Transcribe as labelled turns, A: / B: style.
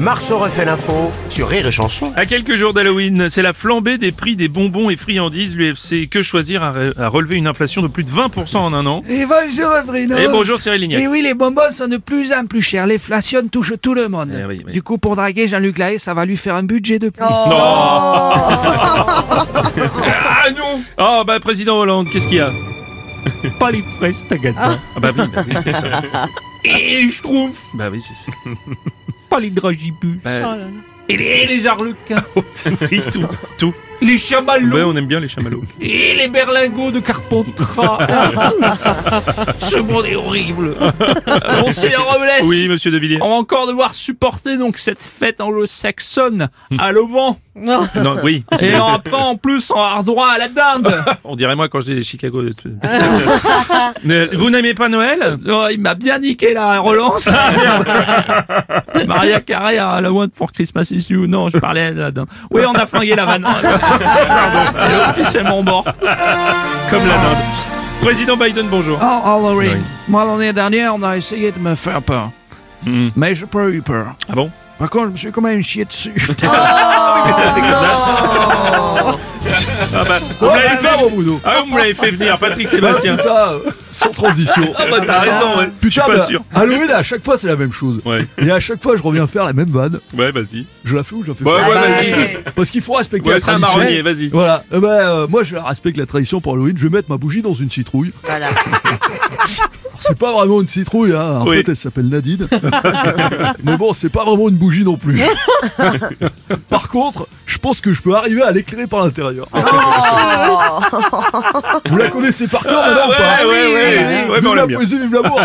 A: Marceau refait l'info sur Rire et Chanson.
B: À quelques jours d'Halloween, c'est la flambée des prix des bonbons et friandises. L'UFC Que Choisir a, re- a relevé une inflation de plus de 20% en un an.
C: Et bonjour Bruno.
B: Et bonjour Cyril Lignac.
C: Et oui, les bonbons sont de plus en plus chers. L'inflation touche tout le monde.
B: Eh oui, oui.
C: Du coup, pour draguer Jean-Luc Lahaye, ça va lui faire un budget de plus.
D: Ah non
B: Oh bah président Hollande, qu'est-ce qu'il y a
D: Pas les fraises, Tagada.
B: Ah bah oui, bah oui, c'est ça.
D: Ah. Et je trouve
B: bah oui, je sais.
D: pas les dragibus.
B: Bah,
D: Et les, et les arlequins.
B: oui, tout, tout.
D: les chamallows.
B: Ouais, on aime bien les chamallows.
D: Et les berlingots de Carpentras. Ah. Ce monde est horrible. Monseigneur Robles.
B: Oui, monsieur De Villiers.
D: On va encore devoir supporter donc cette fête anglo-saxonne à l'auvent.
B: Non, oui. Ah,
D: Et on va pas en plus en hard droit à la dinde.
B: On dirait moi quand je dis Chicago. Mais Vous n'aimez pas Noël
D: Oh, il m'a bien niqué la relance. Maria Carré à la One for Christmas is You. Non, je parlais de la dinde. Oui, on a flingué la vanne. Elle est officiellement morte.
B: Comme la dinde. Président Biden, bonjour.
D: Ah.
C: Oh, Halloween. Moi, l'année dernière, on a essayé de me faire peur.
D: Hmm.
C: Mais je n'ai pas eu peur.
B: Ah bon
C: Par contre, je me suis quand même chié dessus.
B: Mais ça, c'est comme ça. Ah bah, vous me l'avez fait- Ah, vous me l'avez fait venir, Patrick Sébastien.
E: sans transition.
B: hein. Ah bah t'as raison, ouais. je suis
E: Ah, Putain,
B: pas
E: bah,
B: sûr.
E: Halloween, à chaque fois, c'est la même chose.
B: Ouais,
E: Et à chaque fois, je reviens faire la même vanne.
B: ouais, vas-y.
E: Je la fais ou je la fais
B: Ouais,
E: pas Ah,
B: ouais, vas-y.
E: Parce qu'il faut respecter
B: Ouais,
E: la
B: c'est un
E: tradition.
B: marronnier, vas-y.
E: Voilà. Eh ben, euh, moi, je respecte la tradition pour Halloween. Je vais mettre ma bougie dans une citrouille. Alors, C'est pas vraiment une citrouille, hein. en
B: Oui.
E: fait elle s'appelle Nadine. Mais bon, c'est pas vraiment une bougie non plus. par contre, je pense que je peux arriver à l'éclairer par l'intérieur. Vous la connaissez par cœur, madame ou pas
B: Ah, ouais, ouais, ouais, ouais, mais on
E: Vive la
B: l'aime bien.
E: poésie, vive l'amour